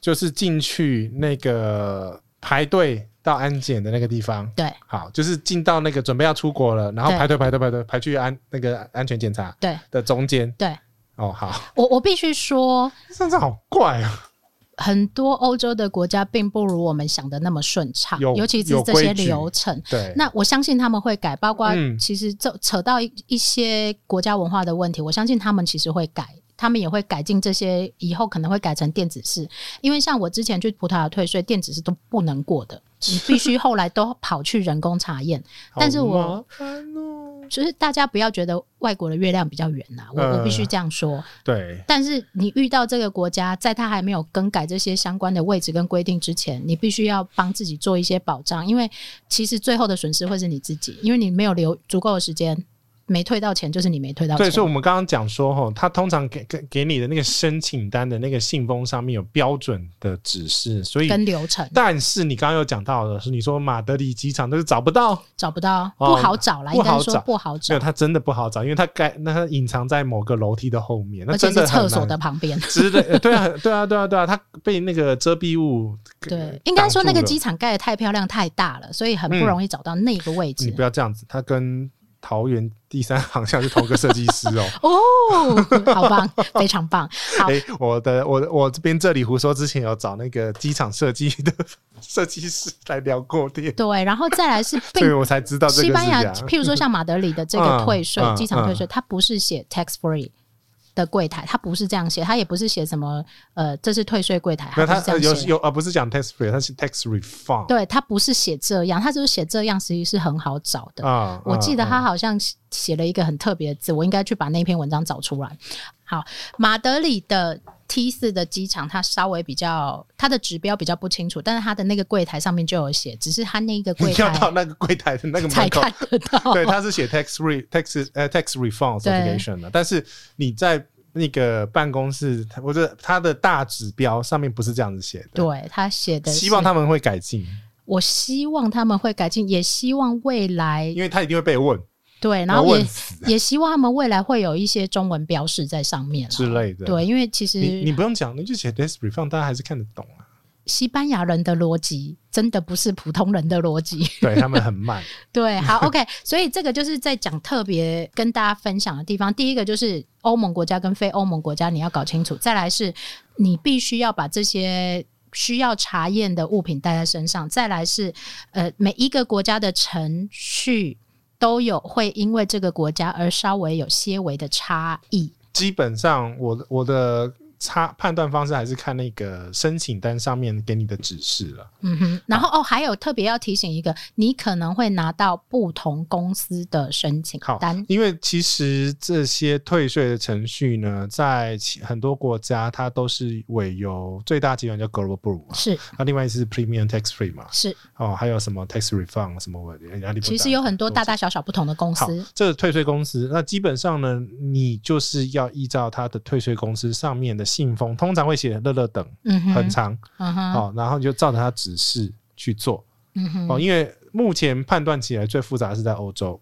[SPEAKER 1] 就是进去那个排队到安检的那个地方。
[SPEAKER 2] 对
[SPEAKER 1] 好，就是进到那个准备要出国了，然后
[SPEAKER 2] 对
[SPEAKER 1] 排队排队排队排去安那个安全检查
[SPEAKER 2] 对
[SPEAKER 1] 的中间。
[SPEAKER 2] 对，
[SPEAKER 1] 哦，好，
[SPEAKER 2] 我我必须说，
[SPEAKER 1] 这样子好怪啊！
[SPEAKER 2] 很多欧洲的国家并不如我们想的那么顺畅，
[SPEAKER 1] 有
[SPEAKER 2] 尤其是
[SPEAKER 1] 有
[SPEAKER 2] 这
[SPEAKER 1] 规
[SPEAKER 2] 些
[SPEAKER 1] 矩
[SPEAKER 2] 流程。
[SPEAKER 1] 对，
[SPEAKER 2] 那我相信他们会改，包括
[SPEAKER 1] 嗯
[SPEAKER 2] 其实这扯到一一些国家文化的问题，我相信他们其实会改。他们也会改进这些，以后可能会改成电子式，因为像我之前去葡萄牙退税，电子是都不能过
[SPEAKER 1] *laughs*
[SPEAKER 2] 的，你必须后来都跑去人工查验。但是我
[SPEAKER 1] 好麻烦哦，
[SPEAKER 2] 就是大家不要觉得外国的月亮比较圆啊呐、我我
[SPEAKER 1] 呃
[SPEAKER 2] 必须这样说。
[SPEAKER 1] 对，
[SPEAKER 2] 但是你遇到这个国家，在它还没有更改这些相关的位置跟规定之前，你必须要帮自己做一些保障，因为其实最后的损失会是你自己，因为你没有留足够的时间，没退到钱就是你没退到
[SPEAKER 1] 对，所以
[SPEAKER 2] 钱。
[SPEAKER 1] 我们刚刚讲说，吼，他通常给给给你的那个申请单的那个信封上面有标准的指示，所以。
[SPEAKER 2] 跟流程
[SPEAKER 1] 但是你刚刚有讲到的是，你说马德里机场都是找不到，
[SPEAKER 2] 找不到，
[SPEAKER 1] 哦
[SPEAKER 2] 不好找啦，
[SPEAKER 1] 不
[SPEAKER 2] 应
[SPEAKER 1] 好
[SPEAKER 2] 该
[SPEAKER 1] 找
[SPEAKER 2] 说不好
[SPEAKER 1] 没有，
[SPEAKER 2] 找，
[SPEAKER 1] 它真的不好找，因为它盖那它隐藏在某个楼梯的后面，那
[SPEAKER 2] 而且
[SPEAKER 1] 真
[SPEAKER 2] 是
[SPEAKER 1] 的很
[SPEAKER 2] 厕
[SPEAKER 1] 难
[SPEAKER 2] 所的旁边。
[SPEAKER 1] 之类，呃对啊， *laughs* 很对啊，对啊，对啊，它被那个遮蔽物给
[SPEAKER 2] 对，应该说那个
[SPEAKER 1] 挡住
[SPEAKER 2] 机
[SPEAKER 1] 了
[SPEAKER 2] 场盖的太漂亮太大了，所以很不容易找到那个位置
[SPEAKER 1] 你。不要这样子，它跟桃园第三 *laughs* 航向是同一个设计师哦。
[SPEAKER 2] 哦，好棒，非常棒。好
[SPEAKER 1] 哎、我的我我这边这里胡说之前有找那个机场设计的设计师来聊过天，
[SPEAKER 2] 对，然后再来是
[SPEAKER 1] 所以
[SPEAKER 2] 并
[SPEAKER 1] 我才知道这个
[SPEAKER 2] 西
[SPEAKER 1] 是
[SPEAKER 2] 班
[SPEAKER 1] 这
[SPEAKER 2] 牙
[SPEAKER 1] 样，。
[SPEAKER 2] 譬如说像马德里的这个退税、
[SPEAKER 1] 嗯嗯
[SPEAKER 2] 机场退税，它不是写 tax free 的柜台，它不是这样写，它也不是写什么呃，这是退税柜台，
[SPEAKER 1] 没有
[SPEAKER 2] 它
[SPEAKER 1] 他
[SPEAKER 2] 不是这
[SPEAKER 1] 有
[SPEAKER 2] 样写的。
[SPEAKER 1] 有啊，不是讲 tax free，它是 tax refund。
[SPEAKER 2] 对，它不是写这样，它就是写这样，实际是很好找的。
[SPEAKER 1] 啊，
[SPEAKER 2] 我记得
[SPEAKER 1] 啊
[SPEAKER 2] 他好像写了一个很特别的字，我应该去把那篇文章找出来。好，马德里的 T 四的机场，它稍微比较它的指标比较不清楚，但是它的那个柜台上面就有写，只是它那个柜
[SPEAKER 1] *laughs* 你要到
[SPEAKER 2] 台
[SPEAKER 1] 那个柜台的那个
[SPEAKER 2] 才
[SPEAKER 1] 门口，
[SPEAKER 2] 看得
[SPEAKER 1] *laughs*
[SPEAKER 2] 到。
[SPEAKER 1] 对，它是写 tax re tax 呃 tax refund
[SPEAKER 2] 对
[SPEAKER 1] certification 的，但是你在那个办公室或者它的大指标上面不是这样子写的，
[SPEAKER 2] 对他写的是，
[SPEAKER 1] 希望他们会改进，
[SPEAKER 2] 我希望他们会改进，也希望未来
[SPEAKER 1] 因为他一定会被问
[SPEAKER 2] 对，然后
[SPEAKER 1] 问
[SPEAKER 2] 也
[SPEAKER 1] 死啊
[SPEAKER 2] 也希望他们未来会有一些中文标示在上面啦
[SPEAKER 1] 之类的。，
[SPEAKER 2] 对，因为其
[SPEAKER 1] 你你
[SPEAKER 2] 实
[SPEAKER 1] 不用讲，你就写 tax refund，大家还是看得懂啊。
[SPEAKER 2] 西班牙人的逻辑真的不是普通人的逻辑。
[SPEAKER 1] 对他们很
[SPEAKER 2] *laughs*
[SPEAKER 1] 慢，*laughs*
[SPEAKER 2] 对，好，OK，所以这个就是在讲特别跟大家分享的地方。第一个就是欧盟国家跟非欧盟国家你要搞清楚，再来是你必须要把这些。需要查验的物品带在身上，再来是，呃，每一个国家的程序都有会因为这个国家而稍微有些微的差异。
[SPEAKER 1] 基本上我的我的差判断方式还是看那个申请单上面给你的指示了。
[SPEAKER 2] 嗯哼，然后哦，还有特别要提醒一个，你可能会拿到不同公司的申请
[SPEAKER 1] 好
[SPEAKER 2] 单，，
[SPEAKER 1] 因为其实这些退税的程序呢，在其很多国家它都是委由最大集团叫 Global Blue 嘛，
[SPEAKER 2] 是
[SPEAKER 1] 那另外是 Premium Tax Free 嘛，
[SPEAKER 2] 是，
[SPEAKER 1] 哦，还有什么 Tax Refund 什么的，压力不大
[SPEAKER 2] 其实有很多大大小小不同的公
[SPEAKER 1] 好
[SPEAKER 2] 司，，
[SPEAKER 1] 这个退税公司，那基本上呢，你就是要依照它的退税公司上面的信封，通常会写乐乐等，
[SPEAKER 2] 嗯哼，
[SPEAKER 1] 很长、
[SPEAKER 2] 嗯哼，
[SPEAKER 1] 哦，然后你就照着它指示去做
[SPEAKER 2] 嗯哼，
[SPEAKER 1] 哦，因为目前判断起来最复杂的是在欧
[SPEAKER 2] *laughs*
[SPEAKER 1] 洲，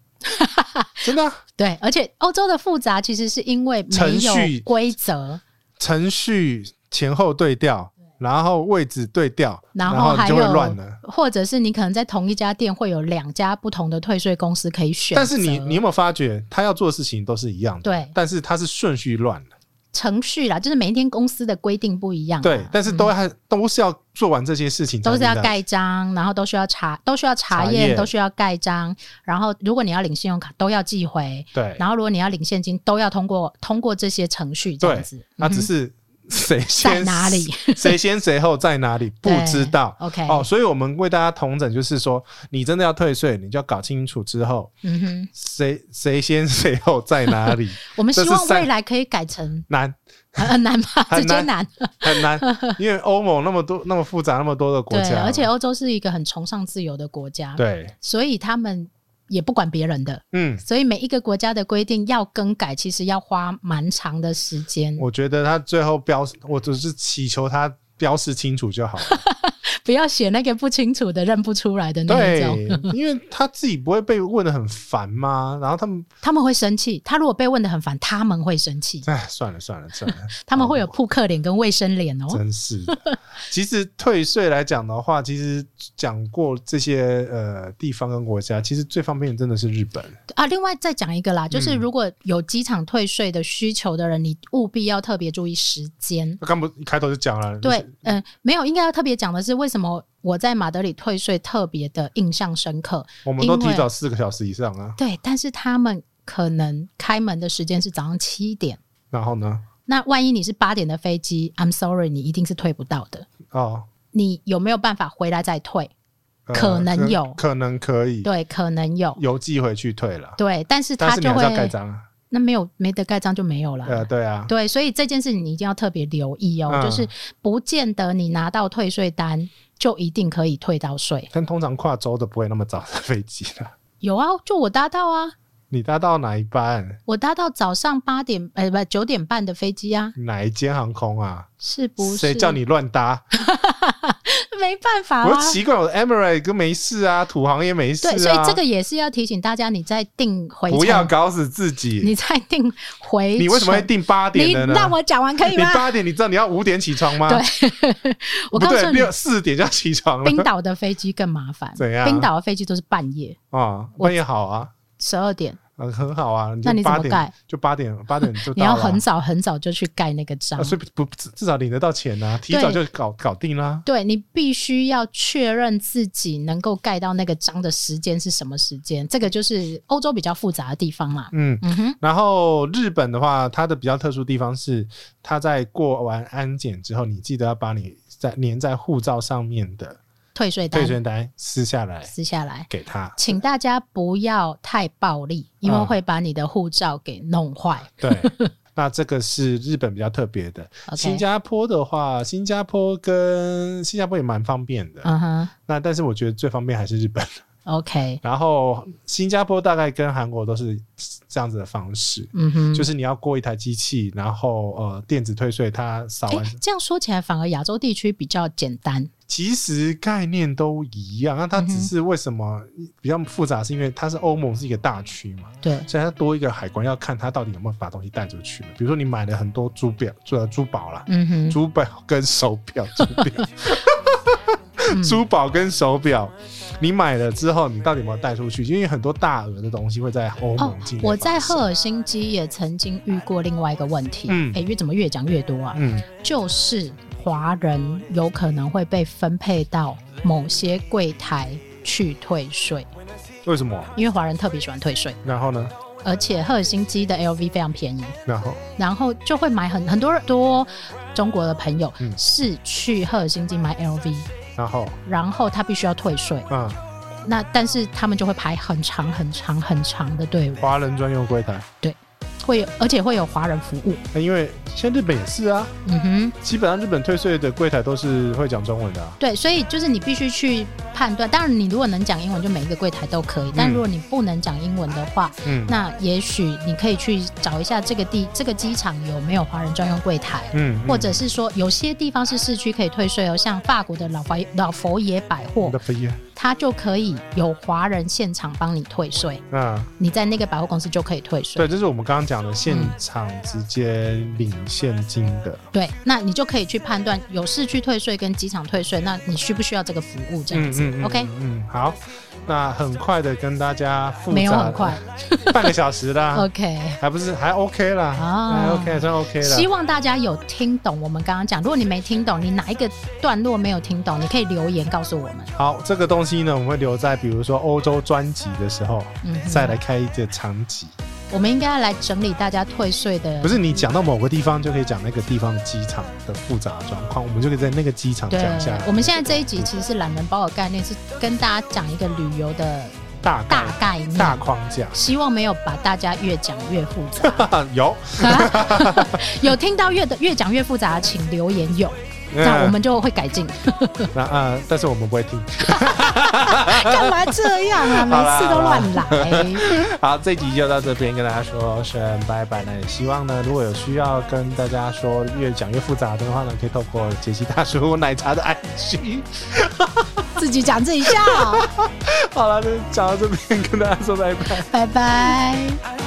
[SPEAKER 1] 真的啊、
[SPEAKER 2] 对，而且欧洲的复杂其实是因为没
[SPEAKER 1] 程序
[SPEAKER 2] 有规则，
[SPEAKER 1] 程序前后对调，然后位置对调，
[SPEAKER 2] 然
[SPEAKER 1] 后
[SPEAKER 2] 后
[SPEAKER 1] 你
[SPEAKER 2] 还
[SPEAKER 1] 就会
[SPEAKER 2] 有
[SPEAKER 1] 乱了。
[SPEAKER 2] 或者是你可能在同一家店会有两家不同的退税公司可以选择，
[SPEAKER 1] 但是你你有没有发觉，他要做的事情都是一样的？
[SPEAKER 2] 对
[SPEAKER 1] 但是他是顺序乱了，
[SPEAKER 2] 程序啦，就是每一天公司的规定不一样啊，
[SPEAKER 1] 对，但是都还、都是要做完这些事情才
[SPEAKER 2] 都
[SPEAKER 1] 能
[SPEAKER 2] 是
[SPEAKER 1] 领到，
[SPEAKER 2] 要盖章，然后都需要查，都需要查
[SPEAKER 1] 查
[SPEAKER 2] 验，
[SPEAKER 1] 验
[SPEAKER 2] 都需要盖章。然后，如果你要领信用卡，都要寄回；
[SPEAKER 1] 对，
[SPEAKER 2] 然后，如果你要领现金，都要通过通过这些程序这样
[SPEAKER 1] 对
[SPEAKER 2] 子。，
[SPEAKER 1] 那只
[SPEAKER 2] 嗯哼
[SPEAKER 1] 是 *laughs* 谁
[SPEAKER 2] 在
[SPEAKER 1] 先
[SPEAKER 2] 哪里？
[SPEAKER 1] 谁先谁后在哪里不
[SPEAKER 2] *laughs* 对
[SPEAKER 1] 知道。
[SPEAKER 2] ？OK，
[SPEAKER 1] 哦，所以我们为大家同整，就是说，你真的要退税，你就要搞清楚之后，
[SPEAKER 2] 嗯哼，
[SPEAKER 1] 谁谁先谁后在哪里，
[SPEAKER 2] 我们
[SPEAKER 1] 这
[SPEAKER 2] 希
[SPEAKER 1] 是
[SPEAKER 2] 望
[SPEAKER 1] 三
[SPEAKER 2] 未来可以改成
[SPEAKER 1] 难
[SPEAKER 2] 很很难吧，
[SPEAKER 1] 很
[SPEAKER 2] 直接
[SPEAKER 1] 难
[SPEAKER 2] 难。
[SPEAKER 1] 很难，因为欧盟那么多、那么复杂、那么多的国
[SPEAKER 2] 对，
[SPEAKER 1] 家，
[SPEAKER 2] 而且欧洲是一个很崇尚自由的国家，
[SPEAKER 1] 对，
[SPEAKER 2] 所以他们也不管别人的，
[SPEAKER 1] 嗯，
[SPEAKER 2] 所以每一个国家的规定要更改，其实要花蛮长的时间。
[SPEAKER 1] 我觉得他最后标，我只是祈求他标示清楚就好了。
[SPEAKER 2] 不要写那个不清楚的、认不出来的 *laughs* 那一种。
[SPEAKER 1] 对，因为他自己不会被问的很烦吗？然后他们，
[SPEAKER 2] 他们会生气，他如果被问的很烦，他们会生气，
[SPEAKER 1] 哎，算了算了算了，
[SPEAKER 2] 他们会有扑克脸跟卫生脸哦。
[SPEAKER 1] 哦真是的。 *laughs* 其实退税来讲的话，其实讲过这些呃地方跟国家，其实最方便的真的是日本。
[SPEAKER 2] 啊，另外再讲一个啦，就是
[SPEAKER 1] 嗯
[SPEAKER 2] 如果有机场退税的需求的人，你务必要特别注意时间。
[SPEAKER 1] 刚不一开头就讲了，
[SPEAKER 2] 对，嗯、没有，应该要特别讲的是，为什么我在马德里退税特别的印象深刻？
[SPEAKER 1] 我们都
[SPEAKER 2] 因为
[SPEAKER 1] 提早四个小时以上啊。
[SPEAKER 2] 对，但是他们可能开门的时间是早上七点，
[SPEAKER 1] 然后呢？
[SPEAKER 2] 那万一你是八点的飞机，I'm sorry，你一定是退不到的。
[SPEAKER 1] 哦，
[SPEAKER 2] 你有没有办法回来再退？
[SPEAKER 1] 呃
[SPEAKER 2] 可能有
[SPEAKER 1] 可能可以
[SPEAKER 2] 对，可能有，
[SPEAKER 1] 邮寄回去退了，
[SPEAKER 2] 对，但是
[SPEAKER 1] 但
[SPEAKER 2] 他
[SPEAKER 1] 是你
[SPEAKER 2] 就
[SPEAKER 1] 还
[SPEAKER 2] 会
[SPEAKER 1] 是要盖章啊。
[SPEAKER 2] 那没有没得盖章就没有了。
[SPEAKER 1] 呃，对啊，
[SPEAKER 2] 对，所以这件事情你一定要特别留意哦，
[SPEAKER 1] 嗯
[SPEAKER 2] 就是不见得你拿到退税单就一定可以退到税。
[SPEAKER 1] 但通常跨州的不会那么早的飞机了。
[SPEAKER 2] 有啊，就我搭到啊，
[SPEAKER 1] *laughs* 你搭到哪一班？
[SPEAKER 2] 我搭到早上八点，呃，不九点半的飞机啊，
[SPEAKER 1] 哪一间航空啊？
[SPEAKER 2] 是不是？
[SPEAKER 1] 谁叫？你乱搭？
[SPEAKER 2] *laughs* 没办法
[SPEAKER 1] 我
[SPEAKER 2] 啊
[SPEAKER 1] 就。奇怪，我的 Emirate 跟没事啊，土航也没事啊。
[SPEAKER 2] 对，所以这个也是要提醒大家，你在订回程，
[SPEAKER 1] 不要搞死自己。
[SPEAKER 2] 你在订回
[SPEAKER 1] 你
[SPEAKER 2] 程，
[SPEAKER 1] 为什么会定八点
[SPEAKER 2] 你
[SPEAKER 1] 的呢？
[SPEAKER 2] 让我讲完可以
[SPEAKER 1] 你
[SPEAKER 2] 吗？
[SPEAKER 1] 八点，你知道你要五点起床吗？
[SPEAKER 2] 对我
[SPEAKER 1] 不
[SPEAKER 2] 告
[SPEAKER 1] 对，
[SPEAKER 2] 诉你
[SPEAKER 1] 六，四点就要起床
[SPEAKER 2] 冰
[SPEAKER 1] 了
[SPEAKER 2] 岛的飞机更麻烦。
[SPEAKER 1] 怎样
[SPEAKER 2] 冰岛的飞机都是半夜
[SPEAKER 1] 啊，半夜好啊，
[SPEAKER 2] 十二点，
[SPEAKER 1] 啊很好啊。
[SPEAKER 2] 那
[SPEAKER 1] 就
[SPEAKER 2] 你怎
[SPEAKER 1] 八
[SPEAKER 2] 么
[SPEAKER 1] 点
[SPEAKER 2] 盖？
[SPEAKER 1] 就八点，八点就
[SPEAKER 2] 你要
[SPEAKER 1] 到了啊
[SPEAKER 2] 很早很早就去盖那个章。
[SPEAKER 1] 啊，所以不不至至少领得到钱啊，提早就搞搞定啦。
[SPEAKER 2] 对你必须要确认自己能够盖到那个章的时间是什么时间，这个就是欧洲比较复杂的地方啦。
[SPEAKER 1] 嗯，
[SPEAKER 2] 嗯哼，
[SPEAKER 1] 然后日本的话，它的比较特殊地方是，它在过完安检之后，你记得要把你在粘在护照上面的
[SPEAKER 2] 退税单
[SPEAKER 1] 退税单撕下来
[SPEAKER 2] 撕下来，
[SPEAKER 1] 给他。
[SPEAKER 2] 请大家不要太暴力，因为
[SPEAKER 1] 嗯
[SPEAKER 2] 会把你的护照给弄坏。
[SPEAKER 1] 对，那这个是日本比较特别的。新
[SPEAKER 2] OK，
[SPEAKER 1] 加坡的话，新加坡跟新加坡也蛮方便的。
[SPEAKER 2] 嗯哼
[SPEAKER 1] 那但是我觉得最方便还是日本。
[SPEAKER 2] ，OK，
[SPEAKER 1] 然后新加坡大概跟韩国都是这样子的方式。
[SPEAKER 2] 嗯哼，
[SPEAKER 1] 就是你要过一台机器，然后呃电子退税，它扫
[SPEAKER 2] 哎
[SPEAKER 1] 完，，
[SPEAKER 2] 这样说起来反而亚洲地区比较简单。
[SPEAKER 1] 其实概念都一样。那它
[SPEAKER 2] 嗯哼
[SPEAKER 1] 只是为什么比较复杂，是因为它是欧盟是一个大区嘛，
[SPEAKER 2] 对，
[SPEAKER 1] 所以它多一个海关要看它到底有没有把东西带出去。比如说你买了很多珠表，呃珠宝啦，
[SPEAKER 2] 嗯哼，
[SPEAKER 1] 珠宝跟手表，珠表。珠宝跟手表，你买了之后，你到底有没有带出去？因为很多大额的东西会在欧
[SPEAKER 2] 哦
[SPEAKER 1] 盟境，内发生、
[SPEAKER 2] 我在赫尔辛基也曾经遇过另外一个问题，
[SPEAKER 1] 嗯
[SPEAKER 2] 哎、越怎么越讲越多啊？
[SPEAKER 1] 嗯，
[SPEAKER 2] 就是华人有可能会被分配到某些柜台去退税，
[SPEAKER 1] 为什么？
[SPEAKER 2] 因为华人特别喜欢退税，
[SPEAKER 1] 然后呢？
[SPEAKER 2] 而且赫尔辛基的 LV 非常便宜，
[SPEAKER 1] 然后
[SPEAKER 2] 然后就会买很很多人多中国的朋友
[SPEAKER 1] 嗯
[SPEAKER 2] 是去赫尔辛基买 LV，
[SPEAKER 1] 然后
[SPEAKER 2] 然后他必须要退税，
[SPEAKER 1] 嗯，
[SPEAKER 2] 那但是他们就会排很长很长很长的队伍，
[SPEAKER 1] 华人专用柜台。
[SPEAKER 2] 会有而且会有华人服务，
[SPEAKER 1] 那因为现在日本也是啊，
[SPEAKER 2] 嗯哼。
[SPEAKER 1] 基本上日本退税的柜台都是会讲中文的、啊。
[SPEAKER 2] 对，所以就是你必须去判断。当然，你如果能讲英文，就每一个柜台都可以；但如果你不能讲英文的话，
[SPEAKER 1] 嗯
[SPEAKER 2] 那也许你可以去找一下这个地这个机场有没有华人专用柜台。
[SPEAKER 1] 嗯，
[SPEAKER 2] 或者是说，有些地方是市区可以退税哦，像法国的老佛老佛爷百货
[SPEAKER 1] 的，不一样
[SPEAKER 2] 它就可以有华人现场帮你退税，
[SPEAKER 1] 啊，
[SPEAKER 2] 你在那个百货公司就可以退税。
[SPEAKER 1] 对，这是我们刚刚讲的现场直接领现金的，
[SPEAKER 2] 对，那你就可以去判断有市区退税跟机场退税，那你需不需要这个服务这样子、o k
[SPEAKER 1] 嗯，好，那很快的跟大家嗯复杂，啊
[SPEAKER 2] 没有很快，
[SPEAKER 1] *laughs* 半个小时啦，
[SPEAKER 2] *laughs* ，OK。
[SPEAKER 1] 还不是还 OK 啦，
[SPEAKER 2] 啊
[SPEAKER 1] 还 OK 还算 OK
[SPEAKER 2] 希
[SPEAKER 1] 啦。
[SPEAKER 2] 望大家有听懂我们刚刚讲。如果你没听懂，你哪一个段落没有听懂，你可以留言告诉我们。
[SPEAKER 1] 好，这个东西呢，我们会留在比如说欧洲专辑的时候，
[SPEAKER 2] 嗯哼
[SPEAKER 1] 再来开一个长集。
[SPEAKER 2] 我们应该来整理大家退税的
[SPEAKER 1] 不，是你讲到某个地方就可以讲那个地方的机场的复杂状况，我们就可以在那个机场
[SPEAKER 2] 对
[SPEAKER 1] 讲一下。。
[SPEAKER 2] 我们现在这一集其实是懒人包的概念，是跟大家讲一个旅游的
[SPEAKER 1] 大
[SPEAKER 2] 大
[SPEAKER 1] 概
[SPEAKER 2] 概念。
[SPEAKER 1] *laughs* 大框架
[SPEAKER 2] 希望没有把大家越讲越复杂。
[SPEAKER 1] 有
[SPEAKER 2] 有听到越的越讲越复杂，请留言有。
[SPEAKER 1] 嗯
[SPEAKER 2] 这样我们就会改进。
[SPEAKER 1] *laughs* 那啊、但是我们不会听。
[SPEAKER 2] 干嘛这样啊？每次都乱来。
[SPEAKER 1] 好，这集就到这边跟大家说声拜拜。那也希望呢，如果有需要跟大家说越讲越复杂的话呢，可以透过杰西大叔奶茶的 IG。
[SPEAKER 2] 自己讲自己笑，
[SPEAKER 1] 好了，就讲到这边，跟大家说拜拜。
[SPEAKER 2] 拜拜。
[SPEAKER 3] I